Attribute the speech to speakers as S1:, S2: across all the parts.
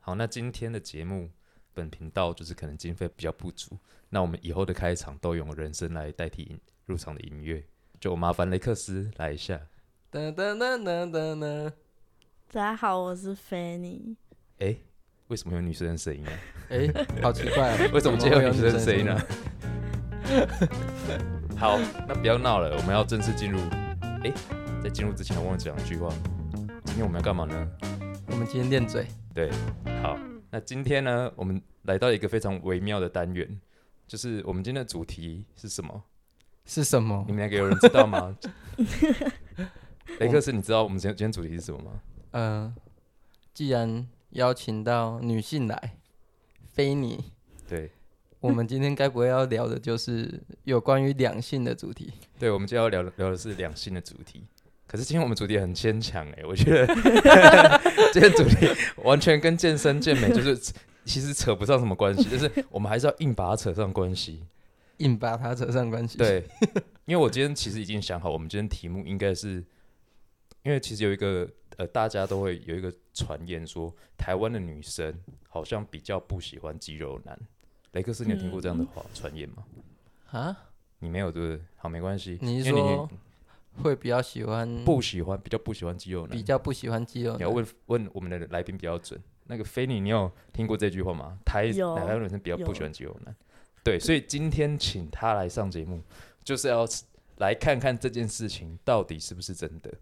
S1: 好，那今天的节目，本频道就是可能经费比较不足，那我们以后的开场都用人声来代替音入场的音乐，就麻烦雷克斯来一下。
S2: 噔噔噔噔噔噔。
S3: 大家好，我是 Fanny。
S1: 诶，为什么有女生的声音啊？
S2: 哎、好奇怪、啊，
S1: 为什么今天有女生的
S2: 声
S1: 声
S2: 音
S1: 音啊呢？？ 好，那不要闹了，我们要正式进入。诶，在进入之前我忘了讲一句话，今天我们要干嘛呢？
S2: 我们今天练嘴，
S1: 对，好，那今天呢，我们来到一个非常微妙的单元，就是我们今天的主题是什么？
S2: 是什么
S1: 你？们两个有人知道吗？雷克斯，你知道我们今天今天主题是什么吗？
S2: 呃，既然邀请到女性来，非你，
S1: 对，
S2: 我们今天该不会要聊的就是有关于两性的主 题？
S1: 对，我们今天要聊的聊的是两性的主题。可是今天我们主题很牵强哎，我觉得今天主题完全跟健身健美就是 其实扯不上什么关系，就是我们还是要硬把它扯上关系。
S2: 硬把它扯上关系。，
S1: 对，因为我今天其实已经想好，我们今天题目应该是，因为其实有一个呃，大家都会有一个传言说，台湾的女生好像比较不喜欢肌肉男。雷克斯，你有听过这样的
S2: 嗯
S1: 话传、言吗？
S2: 啊，
S1: 你没有对不对？好，没关系。
S2: 你是
S1: 因为
S2: 说会比较喜欢，
S1: 不喜欢，比较不喜欢肌肉男？
S2: 比较不喜欢肌肉
S1: 你要
S2: 男？
S1: 问问我们的来宾比较准。那个菲尼，你有听过这句话吗？台
S3: 有
S1: 台湾女生比较不
S3: 有
S1: 喜欢肌肉男，对，所以今天请他来上节目，就是要来看看这件事情到底是不是真的。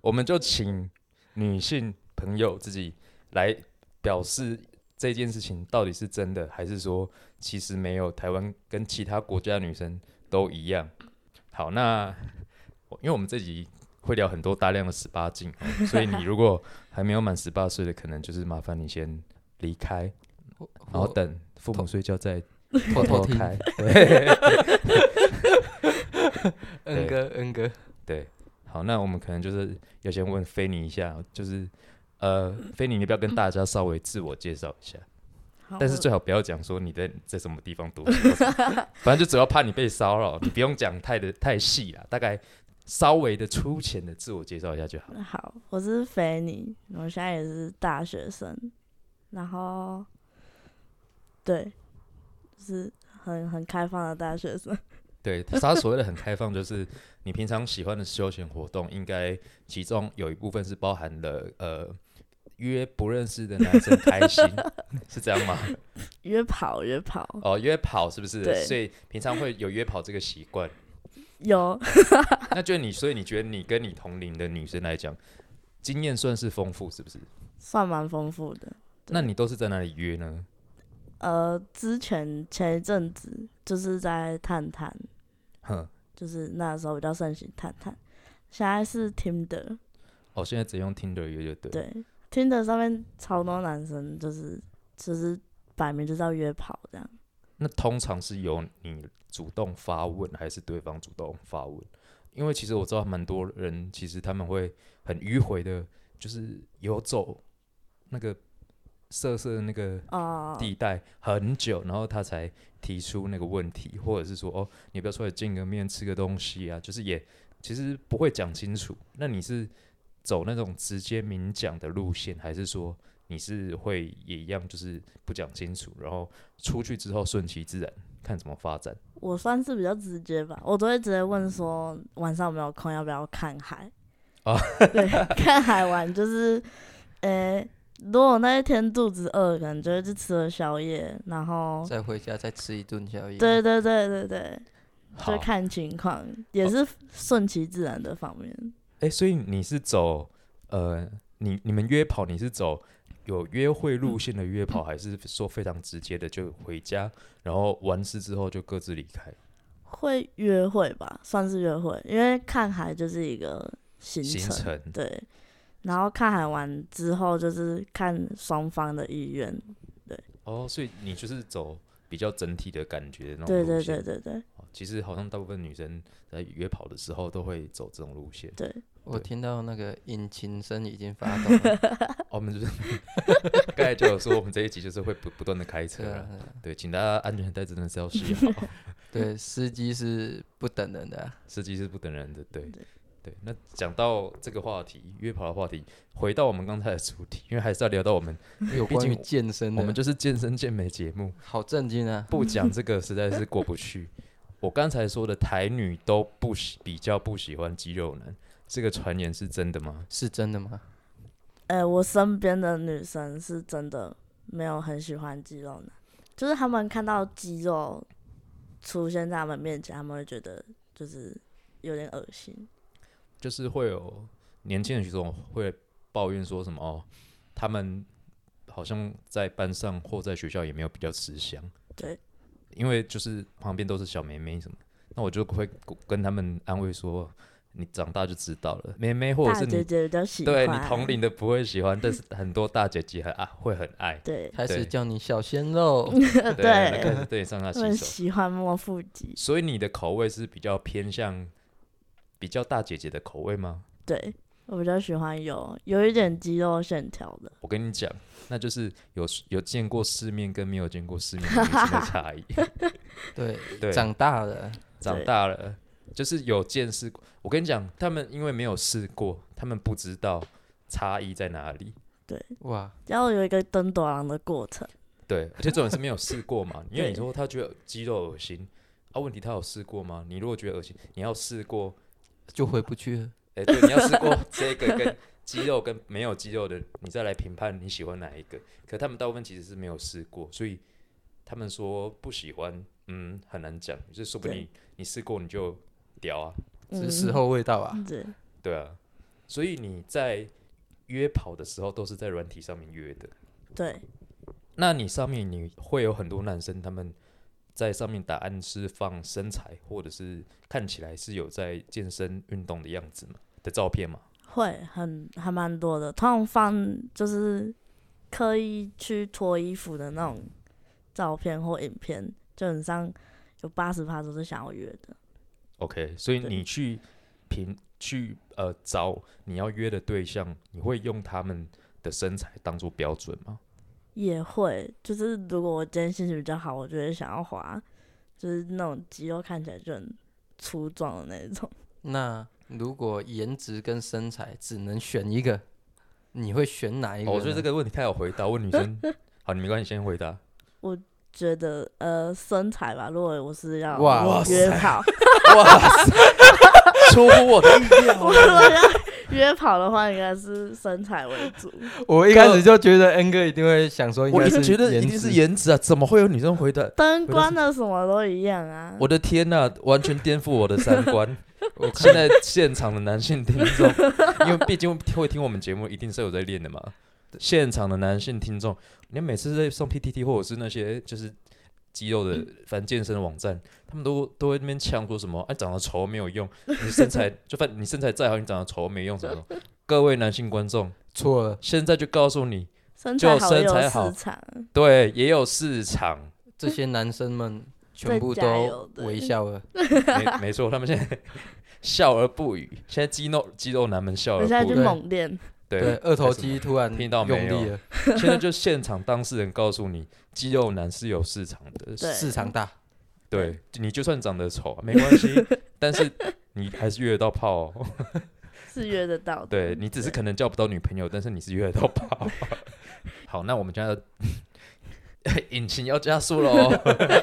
S1: 我们就请女性朋友自己来表示这件事情到底是真的，还是说其实没有台湾跟其他国家的女生都一样。好，那因为我们这集会聊很多大量的十八禁哦，所以你如果还没有满十八岁的，可能就是麻烦你先离开，然后
S2: 我
S1: 等父母睡觉再
S2: 偷
S1: 偷
S2: 偷听，
S1: 开。
S2: 恩哥，恩哥，
S1: 对，好，那我们可能就是要先问菲尼一下，就是呃，菲尼，你要不要跟大家稍微自我介绍一下，
S3: 好
S1: 但是
S3: 我
S1: 最好不要讲说你在在什么地方读书，反正就只要怕你被骚扰，你不用讲太的太细啦，大概稍微的粗浅的自我介绍一下就好。
S3: 好，我是肥妮，我现在也是大学生，然后对，就是很很开放的大学生。
S1: 对，他所谓的很开放，就是你平常喜欢的休闲活动，应该其中有一部分是包含了呃约不认识的男生开心，是这样吗？
S3: 约跑约跑
S1: 哦，约跑是不是？
S3: 对
S1: 所以平常会有约跑这个习惯。
S3: 有，
S1: 那就你，所以你觉得你跟你同龄的女生来讲，经验算是丰富，是不是？
S3: 算蛮丰富的。对
S1: 那你都是在哪里约呢？
S3: 呃，之前前一阵子就是在探探，
S1: 哼，
S3: 就是那时候比较盛行探探，现在是 Tinder，
S1: 哦，现在只用 Tinder 约就对。
S3: 对，Tinder 上面超多男生，就是就是摆明就是要约跑这样。
S1: 那通常是由你主动发问，还是对方主动发问？因为其实我知道蛮多人，其实他们会很迂回的，就是游走那个色色的那个
S3: 哦、
S1: 地带很久，然后他才提出那个问题，或者是说哦，你不要出来见个面吃个东西啊，就是也其实不会讲清楚。那你是走那种直接明讲的路线，还是说你是会也一样就是不讲清楚，然后出去之后顺其自然，看怎么发展？
S3: 我算是比较直接吧，我都会直接问说晚上有没有空，要不要看海？
S1: 哦
S3: 对， 看海玩就是，呃、如果那一天肚子饿，可能就会去吃了宵夜，然
S1: 哦
S3: 后，
S2: 再回家再吃一顿宵夜。
S3: 对对对对对，
S1: 好
S3: 就，看情况，也是顺其自然的方面。
S1: 哎，所以你是走呃，你你们约跑，你是走有约会路线的约跑，还是说非常直接的就回家，然后完事之后就各自离开？
S3: 会约会吧，算是约会，因为看海就是一个行程，
S1: 行程。
S3: 对。然后看海完之后，就是看双方的意愿，
S1: 哦，所以你就是走比较整体的感觉的那种
S3: 对
S1: 路
S3: 对
S1: 线。
S3: 对对对。
S1: 哦其实好像大部分女生在约跑的时候都会走这种路线
S3: 对，
S2: 我听到那个引擎声已经发动 了。
S1: 哦我们就是 刚才就有说，我们这一集就是会不不断的开车
S2: 对啊
S1: 啦。
S2: 对啊
S1: 对，请大家安全带真的是 要系好，
S2: 对，司机是不等人的啊、
S1: 司机是不等人的。对
S3: 对，
S1: 对，那讲到这个话题，约跑的话题，回到我们刚才的主题，因为还是要聊到我们，
S2: 有
S1: 毕
S2: 关于
S1: 竟
S2: 健身的，
S1: 我们就是健身健美节目，
S2: 好震惊啊！
S1: 不讲这个实在是过不去。我刚才说的台女都不喜，比较不喜欢肌肉男，这个传言是真的吗？
S2: 是真的吗？
S3: 呃，我身边的女生是真的没有很喜欢肌肉男，就是他们看到肌肉出现在他们面前，他们会觉得就是有点恶心。
S1: 就是会有年轻人群中会抱怨说什么哦，他们好像在班上或在学校也没有比较吃香，
S3: 对，
S1: 因为就是旁边都是小妹妹什么，那我就会跟他们安慰说，你长大就知道了，妹妹或者
S3: 大
S1: 是
S3: 姐
S1: 你
S3: 姐比较喜欢。，
S1: 对你同龄的不会喜欢，但是很多大姐姐很爱会很爱
S3: 对
S2: 开始
S1: 对
S2: 叫你小鲜 肉，
S1: 对，那开
S3: 对，
S1: 始对你上下
S3: 他
S1: 其
S3: 们
S1: 手，
S3: 喜欢摸腹肌。
S1: 所以你的口味是比较偏向比较大姐姐的口味吗？
S3: 对我比较喜欢有有一点肌肉线条的。
S1: 我跟你讲，那就是有有见过世面跟没有见过世面的女性的差异。
S2: 对，
S1: 对，长
S2: 长大了，
S1: 长大了就是有见识过。我跟你讲，他们因为没有试过，他们不知道差异在哪里。
S2: 哇，
S3: 然后有一个登短廊的过程，
S1: 对，而且这种人是没有试过嘛，因为你
S3: 对
S1: 说他觉得肌肉恶心，啊，问题他有试过吗？你如果觉得恶心，你要试过，
S2: 就回不去了。
S1: 哎、对，你要试过这个跟肌肉跟没有肌肉的，你再来评判你喜欢哪一个。可他们大部分其实是没有试过，所以他们说不喜欢，嗯，很难讲，就是说不
S3: 对
S1: 定你试过你就屌啊，
S2: 只是
S3: 嗯
S2: 时候未到啊！
S3: 对，
S1: 对啊。所以你在约跑的时候都是在软体上面约的，
S3: 对，
S1: 那你上面你会有很多男生，他们在上面答案是放身材，或者是看起来是有在健身运动的样子嘛的照片嘛？
S3: 会很还蛮多的，通常放就是刻意去脱衣服的那种照片或影片，基本上有八十趴都是想要约的。
S1: OK，所以
S3: 对
S1: 你去评去呃找你要约的对象，你会用他们的身材当做标准吗？
S3: 也会，就是如果我今天心情比较好，我就会想要滑，就是那种肌肉看起来就很粗壮的那种。
S2: 那如果颜值跟身材只能选一个，你会选哪一个
S1: 哦
S2: 呢？
S1: 我觉得这个问题太好回答，问女 生。好，你没关系，先回答。
S3: 觉得呃身材吧，如果我是要
S2: 哇哇
S3: 约炮，
S1: 哇塞，出乎我的意料
S3: 我如果要约炮的话，应该是身材为主。
S2: 我一开始就觉得 N 哥一定会想说，
S1: 我一直觉得一定是颜值啊，嗯怎么会有女生回答？
S3: 灯关了什么都一样啊。
S1: 我的天呐、完全颠覆我的三观！
S2: 我
S1: 现在现场的男性听众， 因为毕竟会听我们节目，一定是有在练的嘛。现场的男性听众，你每次在上 PTT 或者是那些就是肌肉的
S3: 嗯
S1: 反正健身网站，他们都都会那边呛说什么，哎、长得丑没有用，你身材 就算你身材再好，你长得丑没用什么 的。各位男性观众，
S2: 错了，
S1: 现在就告诉你，
S3: 身
S1: 就
S3: 材好也
S1: 身
S3: 有
S1: 材好
S3: 市场，
S1: 对，也有市场，
S2: 这些男生们全
S3: 在
S2: 部
S3: 加
S2: 都
S3: 油对
S2: 微笑了。
S1: 没没错，他们现在笑而不语。现在肌肉肌肉男们笑而
S3: 我现在
S1: 呃不
S3: 就
S1: 语，
S3: 猛练。
S2: 对，
S1: 对，
S2: 二头肌突然
S1: 听到
S2: 用
S1: 没有
S2: 力了，
S1: 现在就现场当事人告诉你，肌肉男是有市场的，
S3: 对
S2: 市场大，
S1: 对你就算长得丑啊没关系，但是你还是约得到炮、哦，
S3: 是约得到的。
S1: 对你只是可能交不到女朋友，但是你是约得到炮。好，那我们家的 引擎要加速喽，哦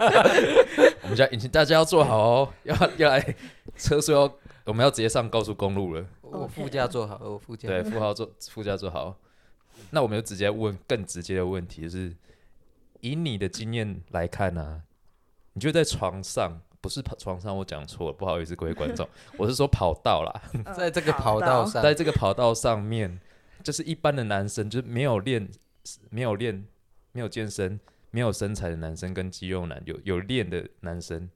S1: 我们家引擎大家要做好哦，要要来车速要，我们要直接上高速公路了。
S2: 我
S3: OK
S2: 副驾坐好呃了，我副驾。
S1: 对，副号做 副驾做好。那我们就直接问更直接的问题，就是以你的经验来看呢、啊，你觉得在床上，不是跑床上，我讲错了，不好意思，各位观众， 我是说跑道啦，
S3: 嗯
S2: 在这个跑
S3: 跑
S2: 道
S3: 道
S2: 上，
S1: 在这个跑道上面，就是一般的男生，就是没有练、没有练、没有健身、没有身材的男生，跟肌肉男有有练的男生，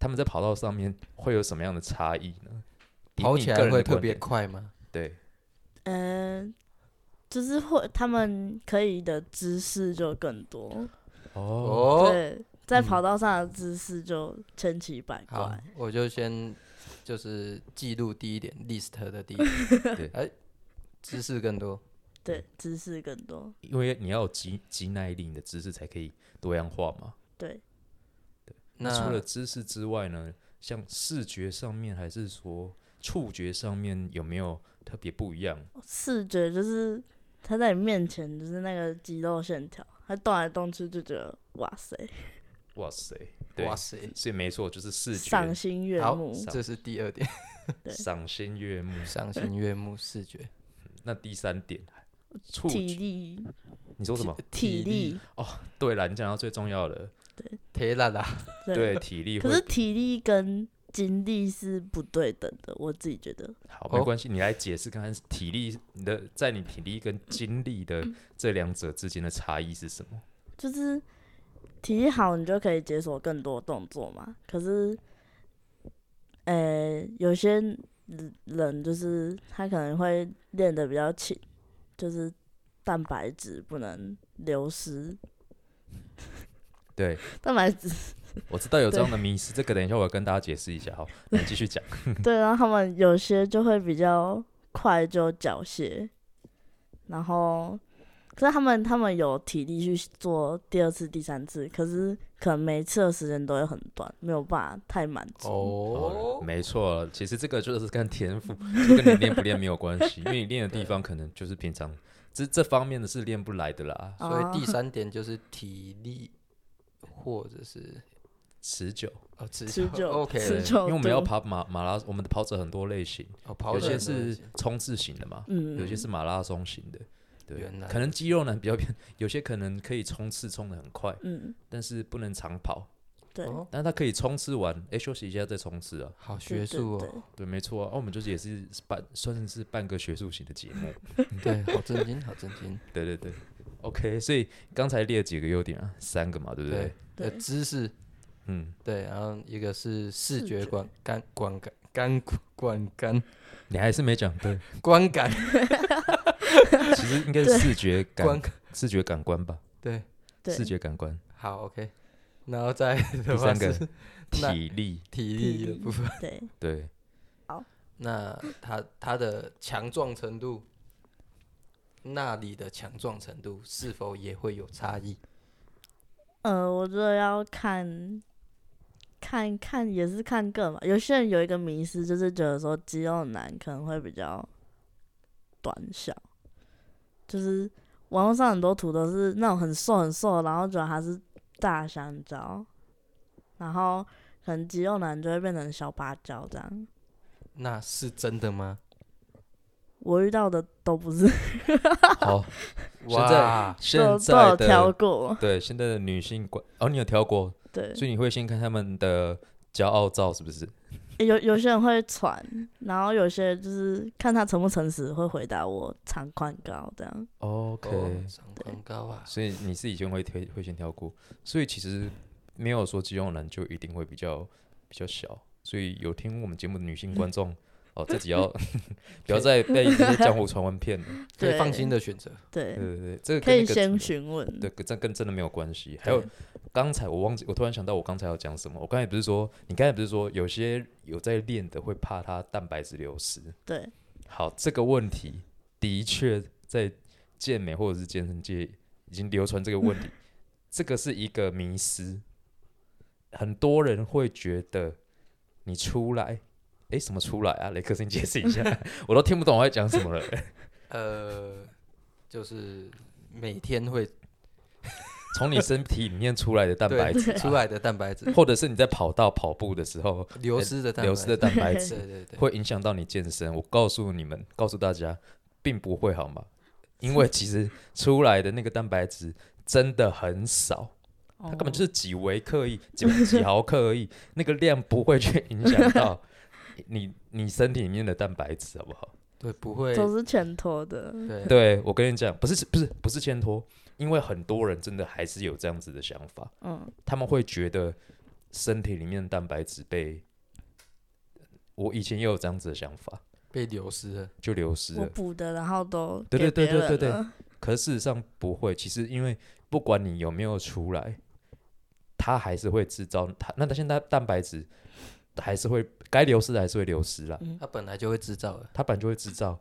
S1: 他们在跑道上面会有什么样的差异呢？以
S2: 跑
S1: 你
S2: 起
S1: 个
S2: 来
S1: 人的
S2: 会特
S1: 观
S2: 别
S1: 点
S2: 快吗？
S1: 对，
S3: 呃，就是会他们可以的姿势就更多，
S1: 哦，
S2: 哦，
S3: 对，在
S2: 嗯
S3: 跑道上的姿势就千奇百
S2: 好
S3: 怪。，
S2: 我就先就是记录第一点，list 的第一点
S1: 对，
S2: 哎，知识更多，
S3: 对，姿势更多。
S1: 因为你要有肌肌耐力，你的姿势才可以多样化嘛。
S3: 对，
S1: 那除了
S2: 那
S1: 姿势之外呢，像视觉上面还是说触觉上面有没有特别不一样？
S3: 视觉就是他在你面前，就是那个肌肉线条，他动来动去就觉得哇塞，
S1: 哇塞，对，
S2: 哇塞，
S1: 所以没错，就是视觉
S3: 赏心悦
S2: 好
S3: 目。
S1: 赏
S2: 这是第二点，
S3: 对
S1: 赏心悦目。
S2: 赏心悦目，视觉，
S1: 那第三点，触
S3: 体
S1: 觉，
S3: 力，
S1: 你说什么？
S3: 体力，，
S1: 对了，你讲到最重要的，
S2: 体力啦，
S1: 对，体力
S3: 可
S1: 会
S3: 是体力跟精力是不对等的，我自己觉得。
S1: 好，
S2: 哦
S1: 没关系，你来解释看看体力你的在你体力跟精力的这两者之间的差异是什么？
S3: 就是体力好，你就可以解锁更多动作嘛。可是，呃，有些人人就是他可能会练得比较勤，就是蛋白质不能流失，
S1: 对，
S3: 蛋白质
S1: 我知道有这样的迷思，这个等一下我要跟大家解释一 下。好，你继续讲。
S3: 对，然后他们有些就会比较快就缴械，然后。可是他们他们有体力去做第二次、第三次，可是可能每一次的时间都会很短，没有办法太满足。
S1: 哦
S2: 哦，，
S1: 没错，其实这个就是跟天赋，就跟你练不练没有关系，因为你练的地方可能就是平常这这方面的是练不来的啦，
S2: 所以第
S3: 哦
S2: 三点就是体力，或者是
S1: 持久。
S2: 哦，持
S3: 持久
S2: OK，
S3: 持
S1: 对，
S3: 久
S1: 因为我们要
S3: 度
S1: 跑马马拉，我们的跑者很多类型，
S2: 哦，跑
S1: 有
S2: 者
S1: 些
S2: 的
S1: 是冲刺型的嘛，
S3: 嗯，
S1: 有些是马拉松型的。对
S2: 原，来
S1: 可能肌肉呢比较偏，有些可能可以冲刺冲的很快，
S3: 嗯，
S1: 但是不能长跑。
S3: 对，
S2: 哦
S1: 但他可以冲刺完，哎，休息一下再冲刺啊。
S2: 好学
S3: 对
S2: 术
S3: 对
S2: 哦，
S1: 对，没错啊，啊我们就是也是半算是半个学术型的节目。
S2: 对，好震惊，好震惊，
S1: 对对对，OK，所以刚才列了几个优点啊，三个嘛，对不对？
S2: 对，呃，
S3: 对
S2: 知识，
S1: 嗯，
S2: 对，然后一个是视
S3: 视
S2: 觉
S3: 觉
S2: 管干管感干管感
S1: 你还是没讲 对，
S2: 观感
S1: 其实应该是
S3: 对
S1: 视 觉
S2: 观
S1: 感，视觉感官吧，
S2: 对，
S3: 对，
S1: 视觉感官。
S2: 好 OK，然后再
S1: 第
S2: 第
S1: 三个
S2: 那
S1: 体力，
S2: 体
S3: 体
S2: 力的
S3: 力
S2: 部分，
S3: 对，
S1: 对，
S2: 那它它的强壮程度，那里的强壮程度是否也会有差异？
S3: 呃，我觉得要看，看看也是看个嘛。有些人有一个迷思，就是觉得说肌肉男可能会比较短小，就是网络上很多图都是那种很瘦很瘦，然后觉得他是大香蕉，然后可能肌肉男就会变成小芭蕉这样。
S2: 那是真的吗？
S3: 我遇到的都不是，
S1: 好，现在
S2: 哇，
S1: 现
S3: 都都有
S1: 在
S3: 挑
S1: 的
S3: 过，
S1: 对现在的女性观，哦，你有挑过，
S3: 对。
S1: 所以你会先看他们的骄傲照是不是？
S3: 有有些人会传，然后有些就是看他诚不诚实，会回答我长宽高这样。
S1: OK，、
S2: 哦，长宽高啊，
S1: 所以你是以前会推会先挑过，所以其实没有说肌肉男就一定会比较比较小，所以有听我们节目的女性观众、哦，自己要 不要再被这些江湖传闻 骗了，
S2: 可以放
S3: 对
S2: 心的选择。
S1: 对
S3: 对，
S1: 对对，这个
S3: 可
S1: 跟那
S3: 以
S1: 个
S3: 先询问。
S1: 对，跟这跟真的没有关系。还有
S3: 对
S1: 刚才我忘记，我突然想到我刚才要讲什么，我刚才不是说你刚才不是说有些有在练的会怕他蛋白质流失，
S3: 对
S1: 好，这个问题的确在健美或者是健身界已经流传这个 问题，这个是一个迷思，很多人会觉得你出来，诶，什么出来啊？雷克斯，你解释 一下，我都听不懂我在讲什么了。
S2: 呃，就是每天会
S1: 从你身体里面出来的蛋
S2: 对
S1: 白质
S2: 出
S1: 啊，
S2: 来的蛋白质，
S1: 或者是你在跑道跑步的时候
S2: 流失的蛋白
S1: 流失的
S2: 质，
S1: 蛋白质，
S2: 对对对，
S1: 会影响到你健身。我告诉你们，告诉大家，并不会好吗？因为其实出来的那个蛋白质真的很少，
S3: 哦
S1: 它根本就是几微克一，几几毫克而已， 那个量不会去影响到你你身体里面的蛋白质，好不好？
S2: 对不会
S3: 都是全脱的。
S2: 对
S1: 对我跟你讲，不是不是不是牵拖，因为很多人真的还是有这样子的想法，
S3: 嗯，
S1: 他们会觉得身体里面的蛋白质被。我以前也有这样子的想法，
S2: 被流失了。
S1: 就流失
S3: 我
S1: 了。
S3: 补的，然后都
S1: 对对
S3: 给
S1: 对
S3: 别
S1: 对对对
S3: 人了
S1: 可是事实上不会，其实因为不管你有没有出来，它还是会制造它。那它现在蛋白质还是会该流失的还是会流失啦，
S2: 它本来就会制造的，
S1: 它本来就会制造。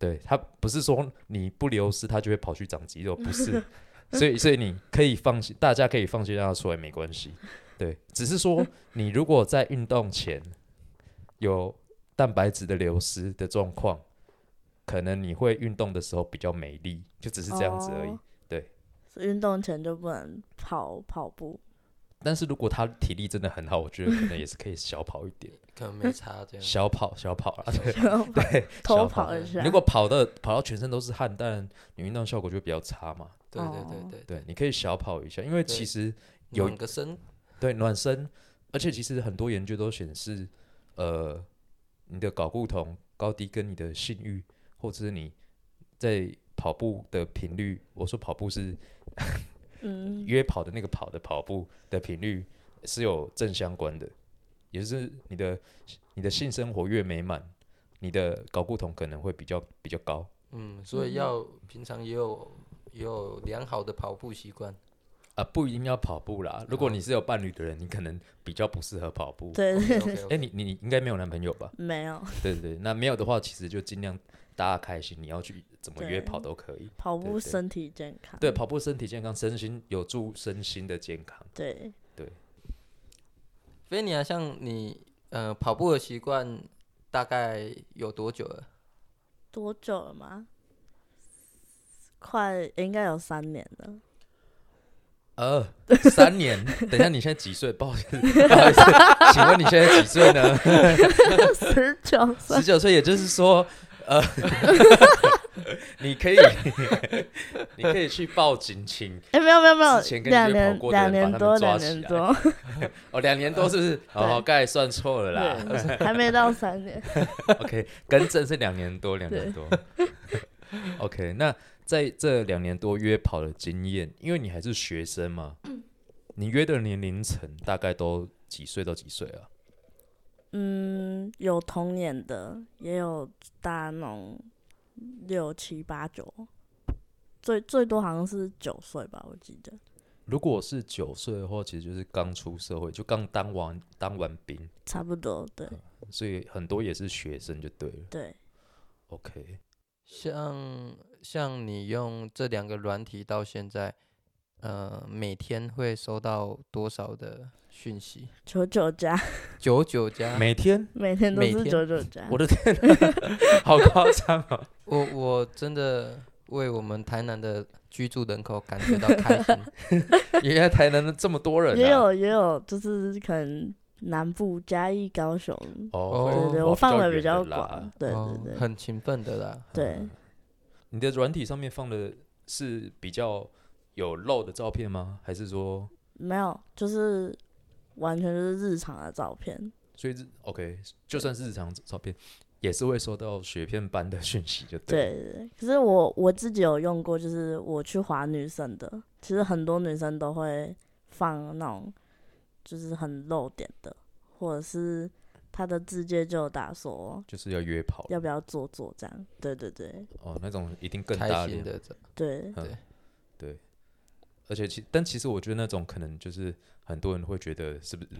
S1: 对，它不是说你不流失，它就会跑去长肌肉，不是。所以，所以你可以放心，大家可以放心让它出来，没关系。对，只是说你如果在运动前有蛋白质的流失的状况，可能你会运动的时候比较没力，就只是这样子而已。
S3: 哦
S1: 对，
S3: 所以运动前就不能跑跑步。
S1: 但是如果他体力真的很好，我觉得可能也是可以小跑一点，
S2: 可能没差这样。
S1: 小跑小跑啦。对对，
S3: 偷
S1: 小
S3: 跑一下
S1: 如，果跑的跑到全身都是汗，当然你运动效果就会比较差嘛。
S2: 对对对对，
S1: 对，你可以小跑一下，因为其
S2: 对
S1: 实有
S2: 有个身，
S1: 对暖身，而且其实很多研究都显示，呃，你的睾固酮高低跟你的性欲，或者是你在跑步的频率，我说跑步是
S3: 嗯，
S1: 约跑的那个跑的跑步的频率是有正相关的，也就是你的你的性生活越美满，你的睾固酮可能会比较比较高。
S2: 嗯，所以要平常也有也有良好的跑步习惯。
S1: 啊，不一定要跑步啦。如果你是有伴侣的人，你可能比较不适合跑步。
S3: 对对，
S1: 哎、
S2: OK，
S1: 你你你应该没有男朋友吧？
S3: 没有
S1: 对对对，那没有的话，其实就尽量大家开心，你要去怎么约
S3: 对
S1: 跑都可以。
S3: 跑
S1: 对
S3: 步，
S1: 对
S3: 身体健康。
S1: 对，跑步身体健康，身心有助身心的健康。
S3: 对，
S2: 菲尼亚，像你呃跑步的习惯大概有多久了？
S3: 多久了吗？快应该有三年了，
S1: 呃，三年，等一下，你现在几岁？不好意思，不好意思，请问你现在几岁呢？
S3: 十九岁
S1: 十。九岁，也就是说，呃， 你可以， 你可以去报警，请
S3: 哎，没有没有没有
S1: 之前，跟你
S3: 两
S1: 约
S3: 年
S1: 跑过的
S3: 两
S1: 人
S3: 年
S1: 把他们
S3: 多，
S1: 抓
S3: 两
S1: 起
S3: 年
S1: 来
S3: 多，
S1: 哦，两年多是不是？哦，
S3: 对
S1: 刚才算错了啦。
S3: 对，还没到三年。
S1: OK，更正是两年多，两年多。OK，那在这两年多约跑的经验，因为你还是学生嘛，你约的年龄层大概都几岁到几岁啊？
S3: 嗯，有童年的，也有大那种六七八九，最最多好像是九岁吧，我记得
S1: 如果是九岁的话，其实就是刚出社会，就刚当完当完兵，
S3: 差不多。对
S1: 嗯所以很多也是学生就对了。
S3: 对，
S1: OK，
S2: 像像你用这两个软体到现在，呃，每天会收到多少的讯息？
S3: 九九加，
S2: 九九加，
S1: 每天，
S3: 每天都
S2: 每
S3: 是
S2: 天
S3: 九九加
S1: 我。的天、啊，好夸张哦！
S2: 我我真的为我们台南的居住人口感觉到开心。
S1: 原来台南的这么多人、啊，
S3: 也有也有，就是可能南部嘉义、高雄，
S1: 哦，
S2: 对
S1: 会
S3: 对对，
S1: 跑
S3: 我
S1: 比
S3: 范
S1: 较
S3: 围比
S1: 远
S3: 较
S1: 的啦嗯
S3: 广。 对
S2: 哦
S3: 对对
S2: 很勤奋的啦。
S3: 对，
S1: 你的软体上面放的是比较有露的照片吗？还是说，
S3: 没有，就是完全就是日常的照片。
S1: 所以日 OK，就算是日常照片，也是会收到雪片般的讯息，就对。
S3: 对对对，可是我我自己有用过，就是我去划女生的，其实很多女生都会放那种就是很露点的，或者是她的字界就有打说
S1: 就是要约跑
S3: 要不要做做这样。对对对
S1: 哦，那种一定更
S2: 开
S1: 大
S2: 心
S1: 力。
S2: 的这
S3: 对，
S1: 对，而且其但其实我觉得那种可能就是很多人会觉得是不是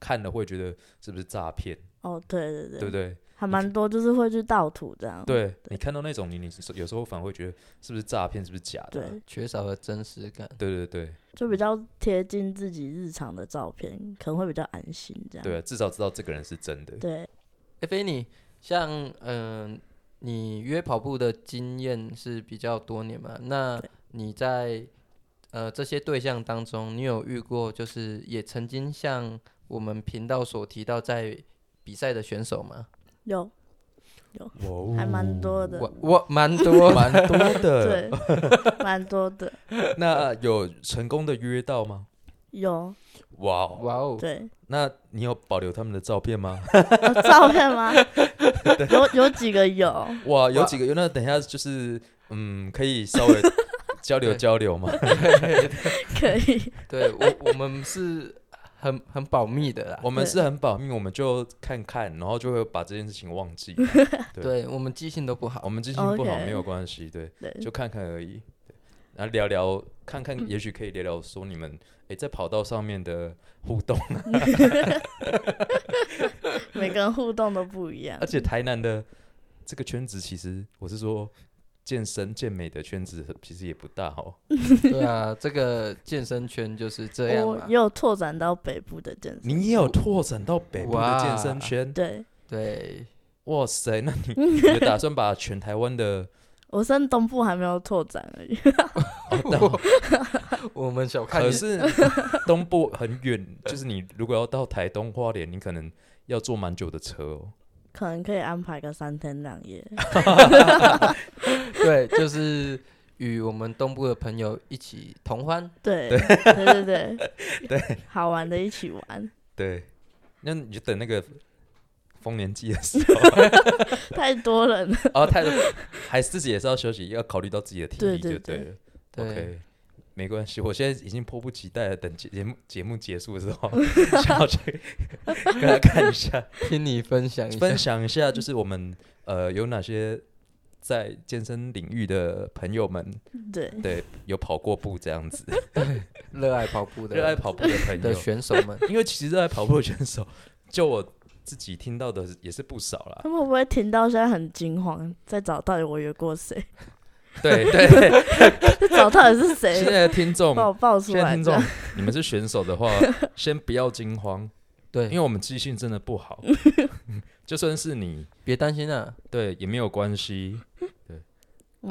S1: 看了会觉得是不是诈骗，
S3: 哦对对对，
S1: 对不对？
S3: 还蛮多就是会去盗图这样。
S1: 对你看到那种你你是有时候反而会觉得是不是诈骗，是不是假的啊？
S3: 对，
S2: 缺少了真实感。
S1: 对对对。
S3: 就比较贴近自己日常的照片，可能会比较安心这样。
S1: 对啊，至少知道这个人是真的。
S3: 对，
S2: 哎，菲尼，像嗯、你约跑步的经验是比较多年嘛？那
S3: 对
S2: 你在呃这些对象当中，你有遇过就是也曾经像我们频道所提到在比赛的选手吗？
S3: 有
S1: 哇哦
S3: 还蛮多的，
S2: 我我蛮多，
S1: 蛮多的。
S3: 对，蛮多的，
S1: 那有成功的约到吗？
S3: 有
S1: 哇哦！
S2: 哇哦，
S3: 对。
S1: 那你有保留他们的照片 吗？
S3: 有照片吗？有有 几个有，
S1: 哇，有几个有那等一下就是嗯，可以稍微 交流
S2: 对
S1: 交流 吗？
S3: 可以。
S2: 对我我们是很很保密的啦。
S1: 我们是很保密，我们就看看，然后就会把这件事情忘 记。对
S2: 对我们记性都不 好
S1: 我，们记性不好
S3: OK
S1: 没有关系，对，
S3: 对，
S1: 就看看而已。对然后聊聊看看，也许可以聊聊说你们诶在跑道上面的互动，
S3: 每个人互动都不一样
S1: 而。且台南的这个圈子，其实我是说健身健美的圈子其实也不大哦。
S2: 对啊，这个健身圈就是这样
S3: 我
S2: 嘛
S3: 也。有拓展到北部的健身，
S1: 你也有拓展到北部的健身
S2: 哇
S1: 圈，
S3: 对，
S2: 对，
S1: 哇塞，那你你打算把全台湾的
S3: 我剩东部还没有拓展而已。
S2: 我们小看
S1: 可
S2: 你
S1: 哦是东部很远，就是你如果要到台东花莲，你可能要坐蛮久的车哦。
S3: 可能可以安排个三天两夜。
S2: 对，就是与我们东部的朋友一起同欢。
S3: 对对对对对，好玩的一起玩，
S1: 对，那你就等那个丰年祭的时候
S3: 太多人了。
S1: 啊，太多，还是自己也是要休息，要考虑到自己的体
S3: 对
S1: 力就
S3: 对
S1: 对
S3: 对
S1: 了。
S2: 对
S1: OK，没关系，我现在已经迫不及待了，等节节目节目结束的时 候，想要去跟他看一下，
S2: 听你分享一下
S1: 分享一下，就是我们呃有哪些在健身领域的朋友们，
S3: 对，
S1: 对，有跑过步这样子，
S2: 热爱跑步的
S1: 热爱跑步的朋
S2: 的
S1: 友，
S2: 选手们。
S1: 因为其实热爱跑步的选手，就我自己听到的也是不少啦
S3: 他。们会不会听到现在很惊慌，在找到底我约过谁，
S1: 对对对，
S3: 在找到底是
S1: 现
S3: 谁
S1: 在的听众，
S3: 把我 爆出
S1: 现在
S3: 来
S1: 听
S3: 的
S1: 众。，啊你们是选手的话，先不要惊慌，
S2: 对，
S1: 因为我们记性真的不好，就算是你
S2: 别担心啊，
S1: 对也没有关系，
S3: 我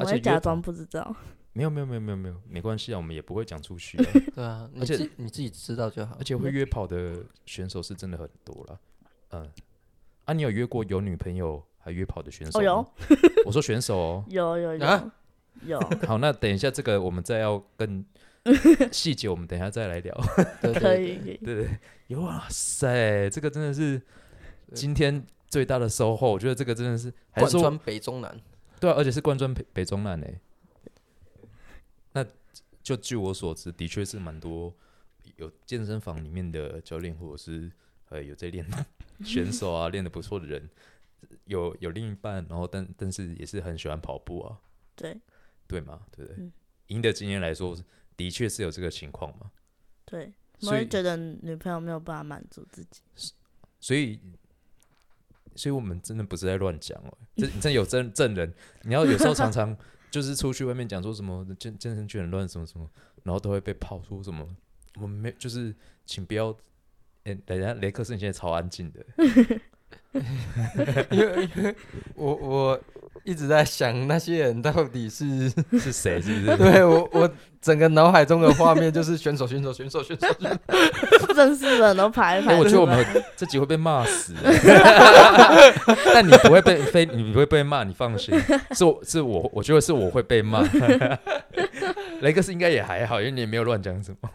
S1: 而
S3: 们
S1: 且
S3: 会
S1: 约
S3: 假
S1: 跑
S3: 装不知道。
S1: 没有没有没有没有没有，没关系啊，我们也不会讲出去啊、
S2: 对啊，你
S1: 而且
S2: 自你自己知道就好
S1: 而。且会约跑的选手是真的很多啦。嗯，啊，你有约过有女朋友还约跑的选手？
S3: 哦有，。
S1: 我说选手哦
S3: 有有有、
S2: 啊
S3: 有，
S1: 好，那等一下这个我们再要更细节，我们等一下再来聊。
S2: 对对
S3: 可
S2: 对
S3: 以可以。
S1: 对对，对哇塞，这个真的是今天最大的收获，我觉得这个真的是还
S2: 贯
S1: 是说
S2: 穿北中南，
S1: 对啊，而且是贯穿北北中南诶。那就据我所知，的确是蛮多有健身房里面的教练，或者是呃有在练的选手啊，练得不错的人，有有另一半，然后但但是也是很喜欢跑步啊，
S3: 对
S1: 对吗？对不对
S3: 嗯？
S1: 赢、的经验来说，的确是有这个情况嘛。
S3: 对，我
S1: 所以
S3: 会觉得女朋友没有办法满足自己。
S1: 所以，所以我们真的不是在乱讲哦，这你真的有证证人。你要有时候常常就是出去外面讲说什么健健身圈很乱什么什么，然后都会被泡出什么我们没就是请不要。哎、等一下，雷克斯，你现在超安静的，
S2: 因为因为我我一直在想那些人到底 是，
S1: 是谁？是不是？
S2: 对我我整个脑海中的画面就是选手选手选手选手，选手
S3: 认识的人都排一
S1: 哎、
S3: 排。
S1: 我觉得我们这集会被骂死、欸但你不会被非，你不会被骂，你放心。是我是我，我觉得是我会被骂。雷克斯应该也还好，因为你也没有乱讲什么。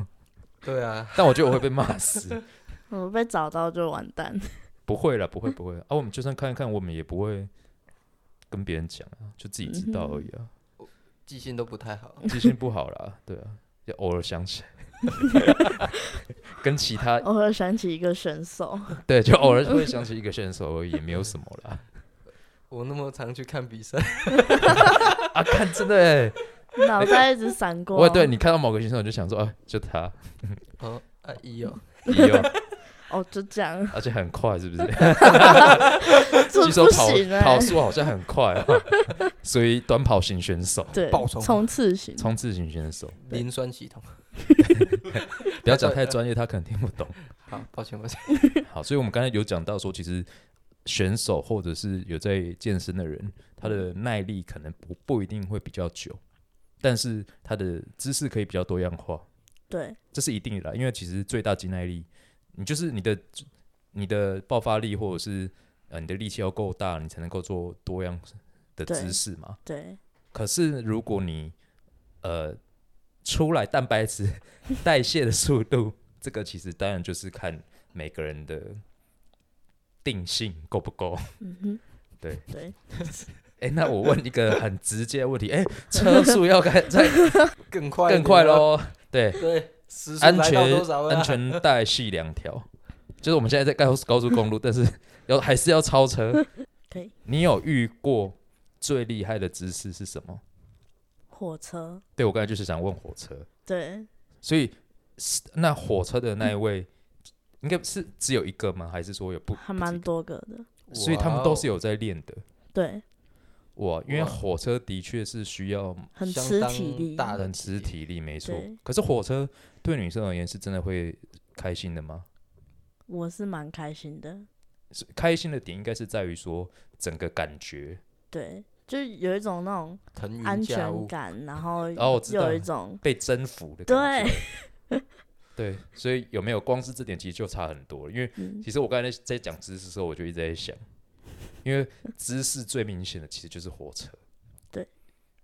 S2: 对啊，
S1: 但我觉得我会被骂死。
S3: 我们被找到就完蛋。
S1: 不会了，
S3: 嗯
S1: 不会不会啊！我们就算看一看，我们也不会跟别人讲啊，就自己知道而已
S3: 嗯
S1: 啊。
S2: 记性都不太好。
S1: 记性不好啦， 对啊，就偶尔想 起来，跟其他
S3: 偶尔想起一个选手，
S1: 对，就偶尔会想起一个选手而已，也没有什么 啦。
S2: 我那么常去看比赛，
S1: 啊，看真的欸，
S3: 脑袋一直闪过。
S1: 我对你看到某个选手你就想说，啊，就他，
S2: 哦，阿姨哦，
S1: 也有，
S3: 哦，就这样，
S1: 而且很快， 是不是？
S3: 这
S1: 据说
S3: 不
S1: 跑
S3: 行哎、
S1: 跑速好像很快 啊，属于短跑型选手、
S3: 对
S2: 爆，冲
S3: 冲刺型，
S1: 冲刺型选手，
S2: 磷酸系统。
S1: 不要讲太专业，他可能听不懂。
S2: 好，抱歉抱歉。
S1: 好，所以我们刚才有讲到说，其实选手或者是有在健身的人，他的耐力可能不不一定会比较久，但是他的姿势可以比较多样化，
S3: 对
S1: 这是一定的啦。因为其实最大肌耐力，你就是你的你的爆发力或者是呃你的力气要够大，你才能够做多样的
S3: 对
S1: 姿势嘛。
S3: 对，
S1: 可是如果你呃出来蛋白质代谢的速度，这个其实当然就是看每个人的定性够不够。
S3: 嗯哼，
S1: 对
S3: 对，
S1: 哎、那我问一个很直接的问题，哎、车速要开再
S2: 更快
S1: 更快。喽？对，
S2: 对，时速
S1: 安
S2: 来到
S1: 全
S2: 多少啊？
S1: 安全带系两条，就是我们现在在高速高速公路，但是要还是要超车。
S3: 可以
S1: 你有遇过最厉害的姿势是什么？
S3: 火车，
S1: 对我刚才就是想问火车。
S3: 对，
S1: 所以是那火车的那一位，应该是只有一个吗？还是说有不？
S3: 还
S1: 不止
S3: 蛮
S1: 一个
S3: 多个的，
S1: 所以他们都是
S2: 有
S1: 有在练的
S3: 对，
S1: 哇，因为
S2: 哇
S1: 火车的确是需要
S3: 很
S2: 相
S3: 吃
S2: 当
S3: 体力，
S2: 大的
S1: 很吃体力，没错
S3: 对。
S1: 可是火车对女生而言是真的会开心的吗？
S3: 我是蛮开心的，
S1: 是开心的点应该是在于说整个感觉
S3: 对，就有一种那种
S2: 腾
S3: 安
S2: 云驾
S3: 全
S2: 雾，
S3: 感，然后
S1: 哦我知道
S3: 有一种
S1: 被征服的感觉。
S3: 对，
S1: 对，所以有没有光是这点其实就差很多了，因为
S3: 嗯
S1: 其实我刚才在在讲知识的时候，我就一直在想，因为知识最明显的其实就是火车。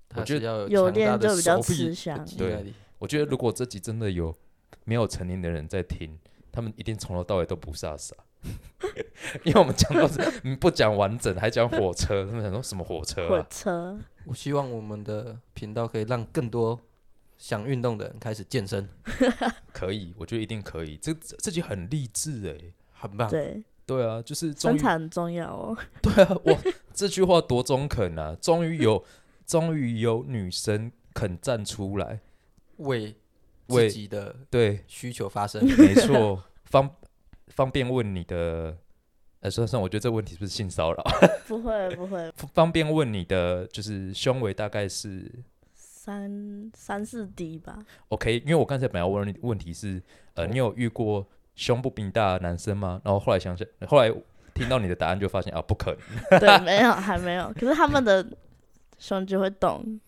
S2: 它
S1: 我觉
S2: 是
S1: 得
S2: 要有
S3: 有
S2: 强
S3: 练
S2: 大的
S3: 就比较
S2: 手臂
S3: 吃
S2: 的
S3: 香
S2: 肌
S1: 对
S2: 耐力
S1: 我觉得如果这集真的有没有成年的人在听，他们一定从头到尾都不傻傻， 因为我们讲到这，嗯不讲完整，还讲火车，他们想说什么火车
S3: 火
S1: 啊？
S3: 车，
S2: 我希望我们的频道可以让更多想运动的人开始健身，
S1: 可以，我觉得一定可以。这这这集很励志哎、
S2: 很棒。
S3: 对，
S1: 对啊，就是终
S3: 身
S1: 于
S3: 材很重要哦。
S1: 对啊，哇，这句话多中肯啊！终于有， 终于有女生肯站出来，
S2: 为
S1: 为
S2: 自己的
S1: 对，
S2: 需求发 声。
S1: 没错，方方便问你的，呃，算算，我觉得这问题是不是性骚扰？
S3: 不会不会，
S1: 方方便问你的，就是胸围大概是
S3: 三三四 D 吧，
S1: OK，因为我刚才本来要问你问题是，呃，你有遇过胸部比你大的男生吗？然后后来想想，后来听到你的答案就发现啊，不可能
S3: 对，没 有还没有，可是他们的胸肌会动，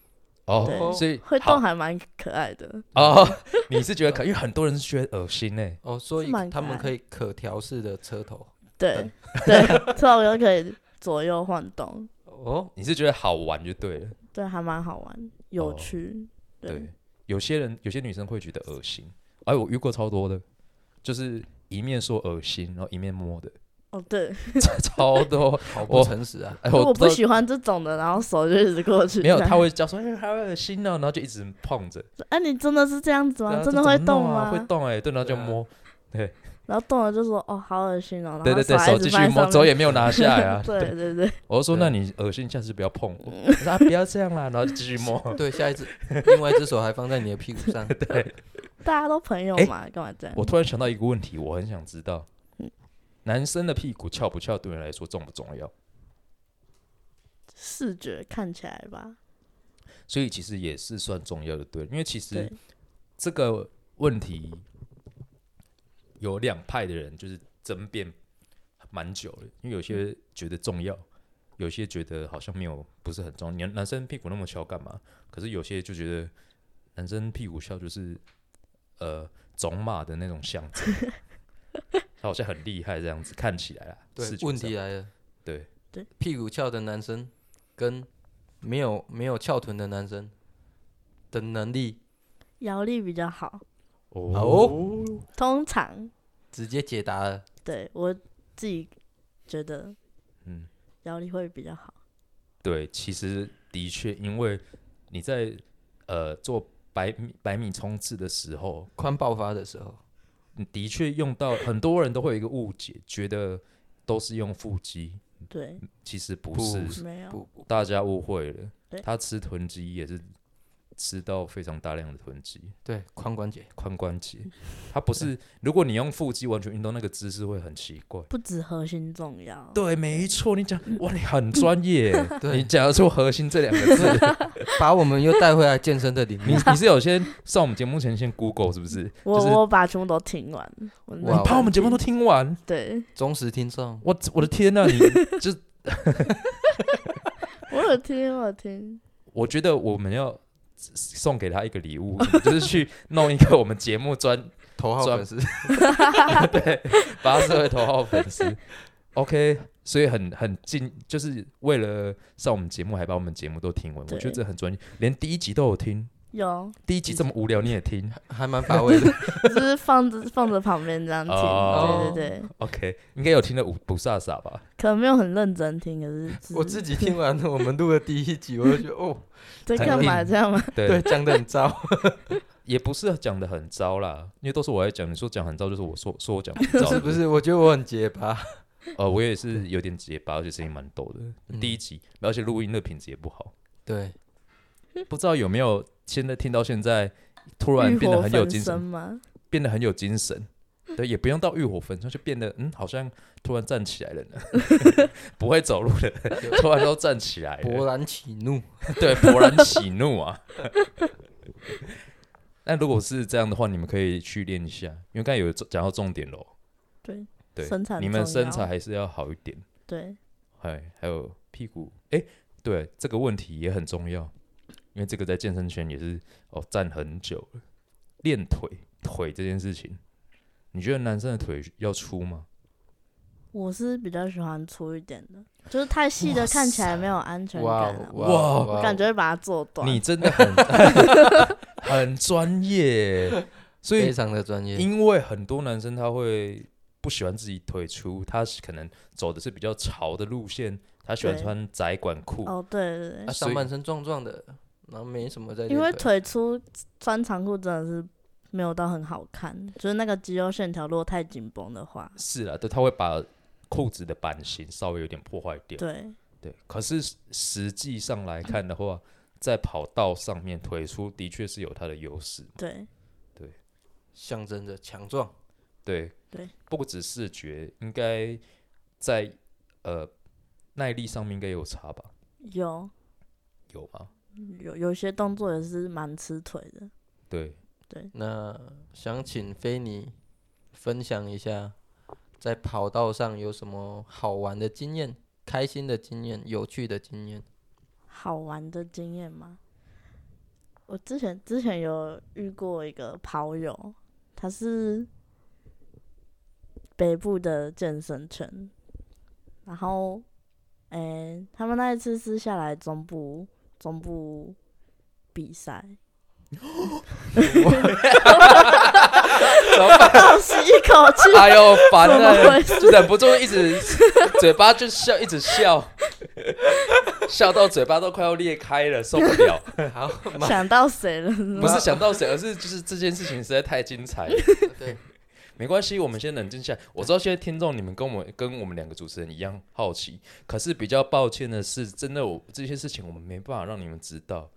S1: 哦，
S3: 对
S1: 所以
S3: 会
S1: 好
S3: 动还蛮可爱 的，
S1: 哦， 你是觉得可，因为很多人是觉得恶心呢、
S2: 哦，所
S3: 是
S2: 以
S3: 蛮
S2: 他
S3: 可
S2: 们
S3: 爱
S2: 可以可调式的车头。
S3: 对对，所以我就可以左右晃动，
S2: 哦，
S1: 你是觉得好玩就对了，
S3: 对，还蛮好玩，有
S1: 哦
S3: 趣，
S1: 对
S3: 对，，
S1: 有些人有些女生会觉得恶心，哎，我遇过超多的，就是一面说恶心，然后一面摸的。
S3: 哦对，
S1: 超多。
S2: 好
S1: 我
S2: 不诚实啊！
S1: 哎，
S3: 就我
S1: 不
S3: 不
S1: 知道
S3: 喜欢这种的，然后手就一直过去，
S1: 没有，
S3: 这样
S1: 他会叫说，哎，好恶心哦，然后就一直碰着。
S3: 哎、你真的是这样子
S1: 对
S3: 吗？
S1: 啊这
S3: 真的
S1: 怎么
S3: 会
S1: 弄
S3: 动吗？
S1: 啊？会动哎，对，然后就
S2: 对啊
S1: 摸，
S3: 然后动了就说哦，好恶心哦。然后
S1: 对对对，
S3: 还
S1: 手
S3: 一直
S1: 继续
S3: 放在
S1: 摸，
S3: 上
S1: 手也
S3: 面。
S1: 没有拿下来啊
S3: 对对对，
S1: 我就说，
S2: 对
S1: 那你恶心，下次不要碰 我。我说啊，不要这样啦，然后就继续摸。
S2: 对，下一只，另外一只手还放在你的屁股上。
S3: 大家都朋友
S1: 哎
S3: 嘛，干嘛这样？
S1: 我突然想到一个问题，我很想知道
S3: 嗯，
S1: 男生的屁股翘不翘对你来说重不重要？
S3: 视觉看起来吧，
S1: 所以其实也是算重要的，对，因为其实
S3: 对
S1: 这个问题有两派的人就是争辩蛮久了，因为有些
S2: 嗯
S1: 觉得重要，有些觉得好像没有不是很重要。你男生屁股那么翘干嘛？可是有些就觉得男生屁股翘就是呃种马的那种象 征，他好像很厉害这样子，看起来啊，
S2: 对
S1: 视，觉
S2: 问
S1: 上
S2: 题来了，
S1: 对
S3: 对，
S2: 屁股翘的男生跟没有没有翘臀的男生的能力，
S3: 摇力比较好，
S2: 哦，
S3: 通常
S2: 直接解答了。
S3: 对我自己觉得
S1: 嗯。
S3: 摇力会比较好。
S1: 对，其实的确，因为你在呃做百米百米冲刺的时候，
S2: 髋爆发的时候，
S1: 你的确用到很多人都会有一个误解，觉得都是用腹肌，
S3: 对，
S1: 其实嗯不
S2: 不
S1: 是，
S2: 是
S3: 没有
S2: 不不
S1: 大家误会了
S3: 对。
S1: 他吃臀肌也是吃到非常大量的臀肌、
S2: 对，髋关 节
S1: 髋关节，他不是。如果你用腹肌完全运动，那个姿势会很奇怪。
S3: 不止核心重要。
S1: 对，没错，你讲哇，你很专业，
S2: 对
S1: 你讲得出“核心”这两个字。
S2: 把我们又带回来健身的领
S1: 你
S2: 域。
S1: 你是有先上我们节目前先 Google 是不是？
S3: 我、
S1: 就是
S3: 我把全部都听完，我
S2: 哇
S1: 你
S3: 那
S1: 把我们节目都听完，
S3: 对
S2: 忠实 听众，
S1: 我我的天呐、啊你就
S3: 我有听我有 听，
S1: 我觉得我们要送给他一个礼物， 就是去弄一个我们节目专
S2: 头号
S1: 专
S2: 粉丝，
S1: 对，把他设为头号粉丝。OK，所以很很近，就是为了上我们节目，还把我们节目都听完，我
S3: 对
S1: 觉得这很专业，连第一集都有听。
S3: 有，
S1: 第一集这么无聊你也 听
S2: 还蛮乏味 的。
S3: 就是放着放着旁边这样听，
S1: 哦
S3: 对对对，
S1: ，OK，应该有听的五不飒飒吧？
S3: 可能没有很认真听，可是只
S2: 我
S3: 是
S2: 自己听完我们录的第一集，我就觉得哦，
S3: 在
S1: 很
S3: 干嘛
S2: 硬
S3: 这样吗？
S1: 对，
S2: 对，讲的很糟。
S1: 也不是讲的很糟啦，因为都是我在讲，你说讲很糟就是我说说我讲 很糟，
S2: 不是不是，我觉得我很结巴。
S1: 呃，我也是有点结巴，而且声音蛮抖的。
S2: 嗯
S1: 第一集，而且录音的品质也不好，
S2: 对，
S1: 不知道有没有现在听到现在，突然
S3: 浴
S1: 变得
S3: 火
S1: 很有
S3: 焚
S1: 精
S3: 身
S1: 神，
S3: 吗？
S1: 变得很有精神。对，也不用到浴火焚身，就变得嗯，好像突然站起来了呢， 不会走路的，突然都站起来
S2: 勃
S1: 了，
S2: 然起怒，
S1: 对，勃然起怒啊。 那如果是这样的话，你们可以去练一下，因为刚才有讲到重点喽。
S3: 对，
S1: 对，
S3: 身材
S1: 你们
S3: 很重
S1: 身
S3: 要
S1: 材还是要好一点，
S3: 对，
S1: 哎还还有屁股，哎、对，这个问题也很重要，因为这个在健身圈也是哦站很久了。练腿，腿这件事情，你觉得男生的腿要粗吗？
S3: 我是比较喜欢粗一点的，就是太细的看起来没有安全感、啊，我
S1: 哇
S2: 哇哦
S3: 感觉会把它做短。
S1: 你真的很 很专业，所
S2: 非
S1: 以
S2: 常的专业。
S1: 因为很多男生他会不喜欢自己腿粗，他是可能走的是比较潮的路线，他喜欢
S3: 对
S1: 穿窄管裤，
S3: 哦，对对对，
S2: 啊，
S1: 所以
S2: 上半身壮壮的，然后没什么在练
S3: 因为腿粗穿长裤真的是没有到很好看，就是那个肌肉线条如果太紧绷的话，
S1: 是啦，对，他会把裤子的版型稍微有点破坏掉。
S3: 对，
S1: 对，可是实实际上来看的话，在跑道上面腿粗的确是有它的优势。
S3: 对，
S2: 象征着强壮。
S1: 对
S3: 对，
S1: 不只视觉，应该在呃耐力上面应该有差吧？
S3: 有
S1: 有吗？
S3: 有有些动作也是蛮吃腿的。
S1: 对，
S2: 那想请菲尼分享一下，在跑道上有什么好玩的经验、开心的经验、有趣的经验？
S3: 好玩的经验吗？我之前之前有遇过一个跑友，他是北部的健身圈，然后，诶、他们那一次是下来中部中部比赛，倒吸一口气，
S1: 哎呦，烦
S3: 怎么
S1: 了
S3: 回，事
S1: 就忍不住一直嘴巴就笑，一直笑，笑到嘴巴都快要裂开了，受不了。
S2: 好，马
S3: 想到谁了？
S1: 不是想到谁，而是就是这件事情实在太精彩了。
S2: 对，
S1: 没关系，我们先冷静下来。我知道现在听众你们跟我们跟我们两个主持人一样好奇，可是比较抱歉的是，真的我这些事情我们没办法让你们知道。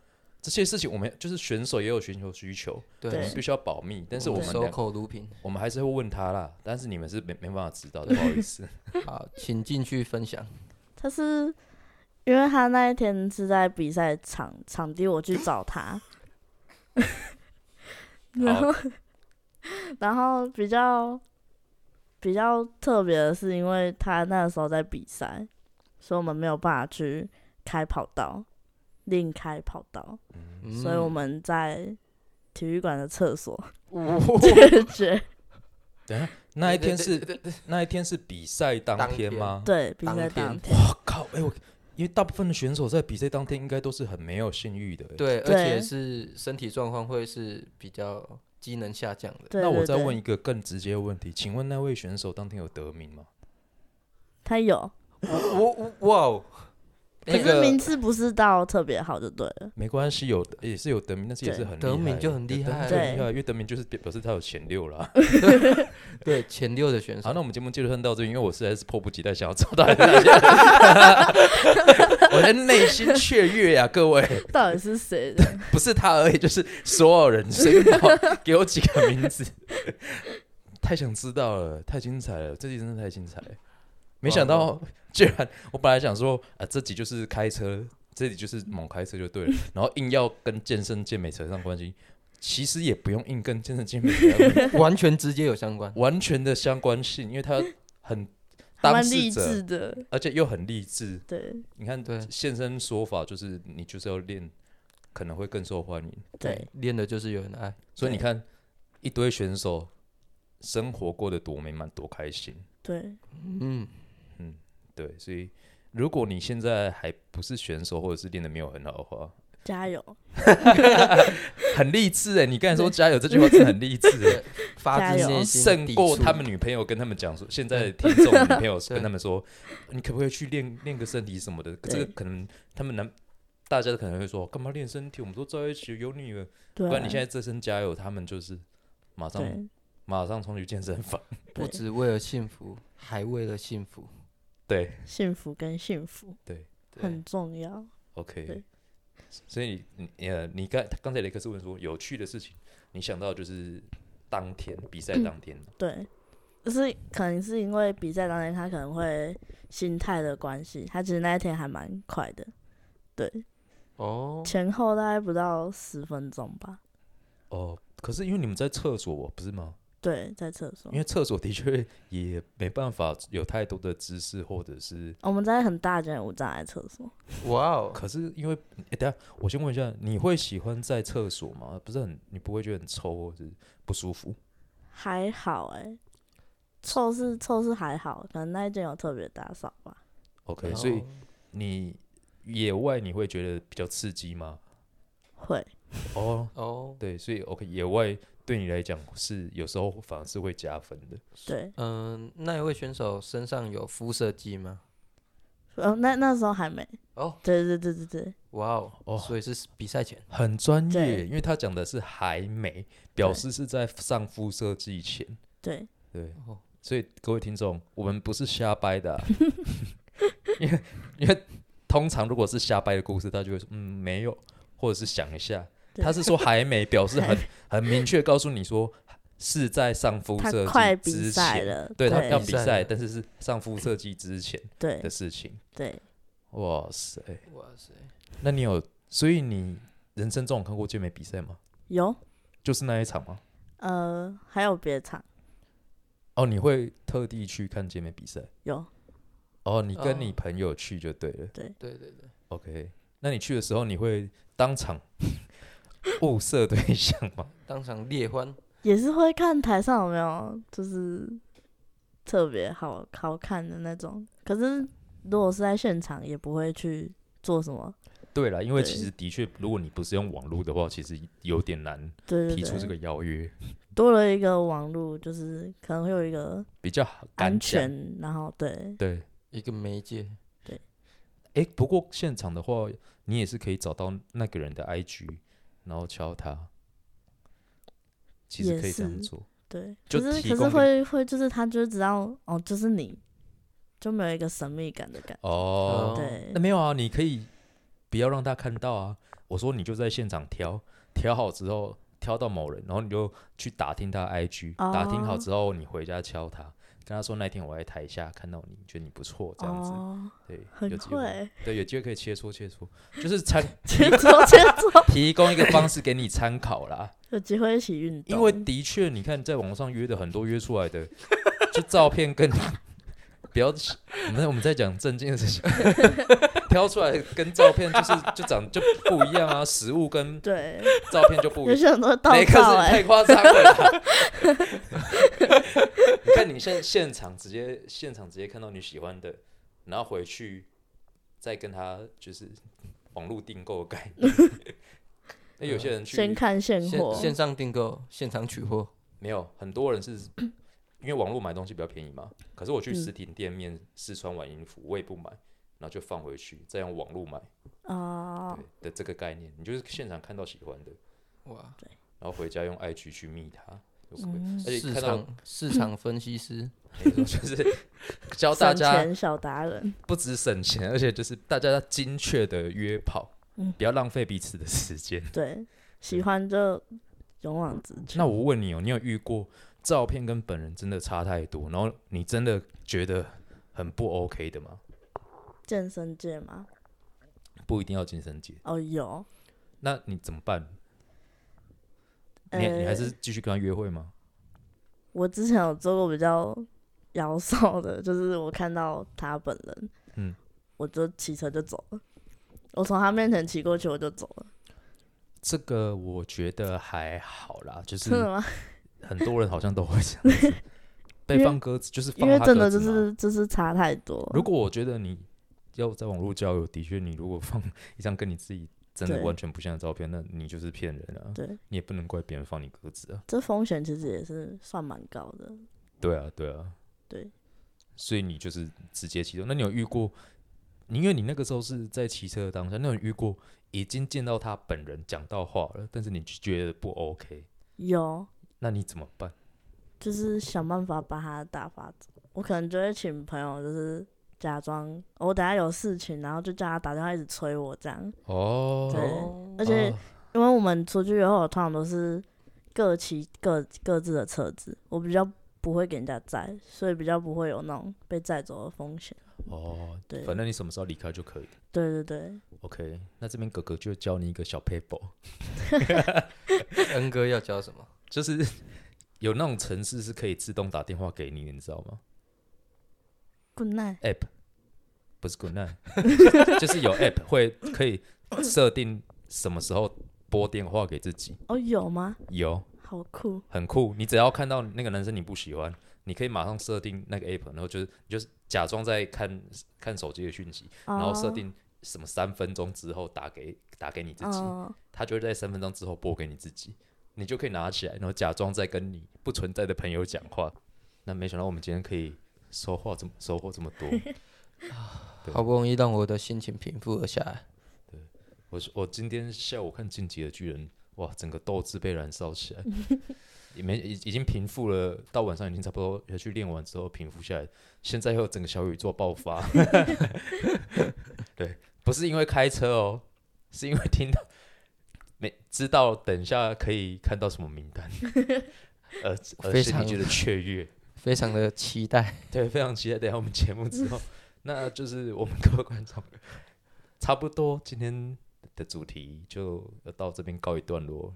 S1: 这些事情我们就是选手也有寻求需求，
S2: 对，
S1: 我们必须要保密。但是我们
S2: 守
S1: 两
S2: 口如瓶。
S1: 我们还是会问他啦，但是你们是没没办法知道的，不好意思。
S2: 好，请进去分享。
S3: 他是因为他那一天是在比赛场场地，我去找他， 然后然后比较比较特别的是，因为他那时候在比赛，所以我们没有办法去开跑道，另开跑道，
S1: 嗯
S2: 嗯
S3: 所以我们在体育馆的厕所
S1: 哦
S3: 解决。
S1: 那一天
S2: 对
S1: 是
S2: 对对对
S1: 那一天是比赛当天吗？
S3: 对，比赛
S2: 当
S3: 当
S2: 天
S3: 天，
S1: 我靠，哎、我因为大部分的选手在比赛当天应该都是很没有信誉的、哎
S2: 对，而
S3: 对
S2: 且是身体状况会是比较机能下降 的。
S3: 对
S1: 那我
S3: 对
S1: 再问
S3: 对，
S1: 一个更直接的问题，请问那位选手当天有得名吗？
S3: 他有，
S2: 我我我哇哦，
S3: 可
S2: 那
S3: 是
S2: 个
S3: 名次不是到特别好就对了。
S1: 没关系，有也是有得名，但是也是
S3: 对
S1: 很
S2: 得
S1: 厉
S2: 名
S1: 害
S2: 就很
S1: 有得
S2: 厉
S1: 名
S2: 害
S1: 就很
S3: 对
S1: 厉害，因为得名就是表表示他有前六 啦。
S2: 对前六的选
S1: 好，
S2: 手，
S1: 那我们节目就先到这里，因为我实在是迫不及待想要找到大家， 我的内心雀跃呀、各位，
S3: 到底是谁 的？
S1: 不是他而已，就是所有人随便报给我几个名字， 太想知道了，太精彩了，这集真的太精彩了，没想
S2: 哇哦
S1: 到居然我本来想说啊、这集就是开车，这集就是猛开车就对了， 然后硬要跟健身健美扯上关系，其实也不用硬跟健身健美扯上关系
S2: 完全直接有相关。
S1: 完全的相关性，因为他很
S3: 还
S1: 当
S3: 蛮
S1: 事
S3: 励
S1: 者
S3: 志，的，
S1: 而且又很励志，
S3: 对
S1: 你看
S2: 对
S1: 现身说法就是你就是要练，可能会更受欢迎。
S3: 对，
S2: 练的就是有人爱。
S1: 所以你
S3: 对
S1: 看，一堆选手生活过得多美满，多开心。
S3: 对，
S2: 嗯，
S1: 对，所以如果你现在还不是选手，或者是练的没有很好的话，
S3: 加油，
S1: 很励志哎！你刚才说加油这句话真的很励志 哎，
S2: 发自
S3: 加油
S2: 内心
S1: 胜
S2: 抵
S1: 过
S2: 触
S1: 他们女朋友跟他们讲说，现在听众的女朋友跟他们说，你可不可以去练练个身体什么的？这个
S3: 对
S1: 可能他们男大家可能会说，干嘛练身体？我们都在一起有你了，
S3: 对啊，
S1: 不然你现在这身加油，他们就是马上
S3: 对
S1: 马上冲去健身房。
S2: 不
S3: 对
S2: 只为了幸福，还为了幸福。
S1: 对
S3: 幸福跟幸福
S1: 对
S2: 对
S3: 很重要，
S1: ，OK
S3: 对。
S1: 所以你你呃，你刚刚才雷克斯问说有趣的事情，你想到就是当天比赛当天嘛，
S3: 对，就是可能是因为比赛当天他可能会心态的关系，他其实那一天还蛮快的，对，
S2: 哦，
S3: 前后大概不到十分钟吧，
S1: 哦，可是因为你们在厕所不是吗？
S3: 对，在厕所
S1: 因，为厕所的确也没办法有太多的姿势，或者是，
S3: 我们在很大间的无障碍厕所，
S2: 哇哦，
S1: 可是因为，诶等一下我先问一下，你会喜欢在厕所吗？不是很，你不会觉得很臭或者是不舒服？
S3: 还好哎、臭是臭是还好，可能那一间有特别打扫吧。
S2: 哦
S1: OK，所以你野外你会觉得比较刺激吗？
S3: 会，
S1: 哦，
S2: 哦，
S1: 对，所以 OK，野外对你来讲是有时候反而是会加分的。
S3: 对，
S2: 嗯，那一位选手身上有肤色剂吗？
S3: 哦，那那时候还没，
S2: 哦，
S3: 对对对对对，
S2: 哇哦，
S1: 哦
S2: 所以是比赛前，
S1: 很专业，
S3: 对
S1: 因为他讲的是还没，表示是在上肤色剂前。
S3: 对，
S1: 对，
S2: 哦，
S1: 所以各位听众，我们不是瞎掰的啊、 因为因为通常如果是瞎掰的故事，他就会说嗯没有，或者是想一下。
S3: 对
S1: 他是说还没，表示 很很明确告诉你说是在上肤
S3: 他
S1: 色
S3: 快
S1: 剂
S3: 比
S1: 之
S3: 赛
S1: 前。
S3: 了，
S1: 对他
S3: 对
S1: 要比
S2: 比赛
S1: 赛，
S2: 了
S1: 但是是上肤色剂之前的
S3: 对
S1: 事情。
S3: 对，
S1: 哇塞，
S2: 哇塞，
S1: 那你有，所以你人生中有看过健美比赛吗？
S3: 有，
S1: 就是那一场吗？
S3: 呃，还有别场
S1: 哦，你会特地去看健美比赛？
S3: 有，
S1: 哦，你跟
S2: 哦
S1: 你朋友去就对了。
S3: 嗯
S2: 对对对，
S1: OK，那你去的时候你会当场 物色对象吗？
S2: 当场猎欢，
S3: 也是会看台上有没有就是特别好好看的那种，可是如果是在现场，也不会去做什么，
S1: 对了，因为其
S3: 对
S1: 实的确，如果你不是用网络的话，其实有点难
S3: 对对
S1: 提
S3: 对，
S1: 出这个邀约，
S3: 多了一个网络，就是可能会有一个
S1: 比较好敢
S3: 安
S1: 讲。
S3: 全，然后对
S1: 对，
S2: 一个媒介，
S1: 诶，不过现场的话，你也是可以找到那个人的 IG，然后敲他，其实
S3: 也
S1: 可以这样
S3: 是
S1: 做。
S3: 对，
S1: 就
S3: 可是
S1: 提
S3: 可
S1: 供
S3: 是
S1: 给
S3: 会会就是他就知道哦，就是你，就没有一个神秘感的感
S1: 哦
S2: 哦
S3: 对
S1: 那没有啊，你可以不要让他看到啊。我说你就在现场挑，挑好之后挑到某人，然后你就去打听他的 IG，、打听好
S3: 哦
S1: 之后你回家敲他，跟他说那天我在台下看到你，觉得你不错，这样子，
S3: 哦，
S1: 对，有
S3: 很
S1: 机会，
S3: 会，
S1: 对，有机会可以切磋切磋，就是参
S3: 切磋切磋，
S1: 提供一个方式给你参考啦。
S3: 有机会一起运动，
S1: 因为的确，你看在网上约的很多约出来的， 就照片跟 不要，我们我们在讲正经的事情， 挑出来跟照片就是就长就不一样啊，实物跟
S3: 对，
S1: 照片就不
S3: 有
S1: 一样。
S3: 些人都会盗
S1: 雷克
S3: 照
S1: 斯，你
S3: 哎
S1: 太，夸张了啦！ 你看你现现场直接现场直接看到你喜欢的，然后回去再跟他就是网络订购的概 念。那有些人去
S3: 先看现
S2: 线
S3: 货，
S2: 线上订购，现场取货，
S1: 没有，很多人是 因为网络买东西比较便宜嘛。可是我去
S3: 嗯
S1: 实体店面试穿完衣服，我也不买，然后就放回去，再用网络买
S3: 哦，
S1: 对的这个概念，你就是现场看到喜欢的，
S2: 哇，
S1: 然后回家用 IG 去密他，就可以
S3: 嗯
S1: 而且
S2: 市
S1: 看到
S2: 场市场分析师，
S1: 没错就是 教大
S3: 省
S1: 家
S3: 钱小达 人，
S1: 不止省钱，而且就是大家精确的约跑，
S3: 嗯
S1: 不要浪费彼此的时间。
S3: 对，喜欢就勇往直前。
S1: 那我问你哦，你有遇过照片跟本人真的差太多，然后你真的觉得很不 OK 的吗？
S3: 健身界吗？
S1: 不一定要健身节，
S3: 哦，有，
S1: 那你怎么办？你你还
S3: 呃
S1: 是继续跟他约会吗？
S3: 我之前有做过比较妖兽的，就是我看到他本人，
S1: 嗯，
S3: 我就骑车就走了。我从他面前骑过去，我就走了。
S1: 嗯这个我觉得还好啦，就是
S3: 真的吗？
S1: 很多人好像都会这样 子被
S3: 因为
S1: 放鸽子，就是
S3: 因
S1: 放
S3: 为
S1: 他
S3: 真
S1: 鸽
S3: 的
S1: 子
S3: 就
S1: 嘛
S3: 是就是差太多。
S1: 如果我觉得你要在网络交友，的确，你如果放一张跟你自己真的
S3: 对
S1: 完全不像的照片，那你就是骗人啊！
S3: 对，
S1: 你也不能怪别人放你鸽子啊！
S3: 这风险其实也是算蛮高的。
S1: 对啊，对啊，
S3: 对。
S1: 所以你就是直接骑车。那你有遇过？你因为你那个时候是在骑车的当下，那有遇过已经见到他本人讲到话了，但是你就觉得不 OK，
S3: 有，
S1: 那你怎么办？
S3: 就是想办法把他打发走。我可能就会请朋友，就是假装、哦我等下有事情，然后就叫他打电话一直催我这样。
S1: 哦，
S3: 对
S2: 哦
S3: 而且
S1: 哦
S3: 因为我们出去以后，通常都是各骑各各自的车子，我比较不会给人家载，所以比较不会有那种被载走的风险。
S1: 哦，
S3: 对
S1: 反正你什么时候离开就可以。
S3: 对对对，
S1: OK，那这边哥哥就教你一个小 paper。
S2: 恩哥要教什么？
S1: 就是 有那种城市是可以自动打电话给你的，你知道吗
S3: Good night，
S1: ？App 不是 Good Night，就是 有 App 会可以设定什么时候拨电话给自己，
S3: 哦，有吗？
S1: 有
S3: 好酷，
S1: 很酷。你只要看到那个男生你不喜欢，你可以马上设定那个 App，然后就是你就是假装在看看手机的讯息，然后设定什么三分钟之后打给打给你自
S3: 哦
S1: 己，
S3: 哦
S1: 他就会在三分钟之后拨给你自己，你就可以拿起来，然后假装在跟你不存在的朋友讲话。那没想到我们今天可以收获这么收获这么多。对
S2: 好不容易让我的心情平复了下来。
S1: 我是我今天下午看《进击的巨人》，哇，整个斗志被燃烧起来，也没已已经平复了，到晚上已经差不多要去练完之后平复下来，现在又整个小宇宙爆发。对，不是因为开车哦，是因为听到没知道等一下可以看到什么名单，呃，而
S2: 非
S1: 心里
S2: 常
S1: 觉得雀跃。
S2: 非常的期待。
S1: 对，非常期待等一下我们节目之后，那就是我们各位观众，差不多今天的主题就到这边告一段落。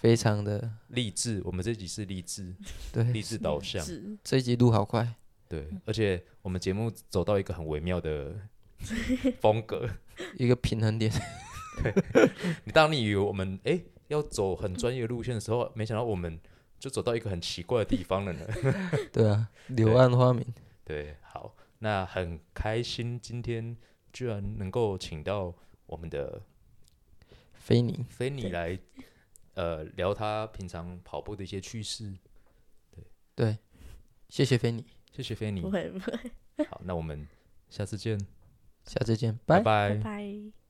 S2: 非常的
S1: 励志，我们这集是励志，
S2: 对，
S1: 励志导向，
S3: 是
S2: 这一集录好快，
S1: 对，而且我们节目走到一个很微妙的风格。
S2: 一个平衡点。
S1: 你当你以为我们诶要走很专业路线的时候，没想到我们就走到一个很奇怪的地方了呢。
S2: 对啊，柳暗花明。
S1: 对，好，那很开心今天居然能够请到我们的
S2: 菲尼，
S1: 菲尼来呃聊他平常跑步的一些趣事。
S2: 对，谢谢菲尼，
S1: 谢谢菲尼
S3: 不，会不会，
S1: 好，那我们下次见，
S2: 下次见，
S1: 拜
S2: 拜
S1: 拜
S3: 拜。拜。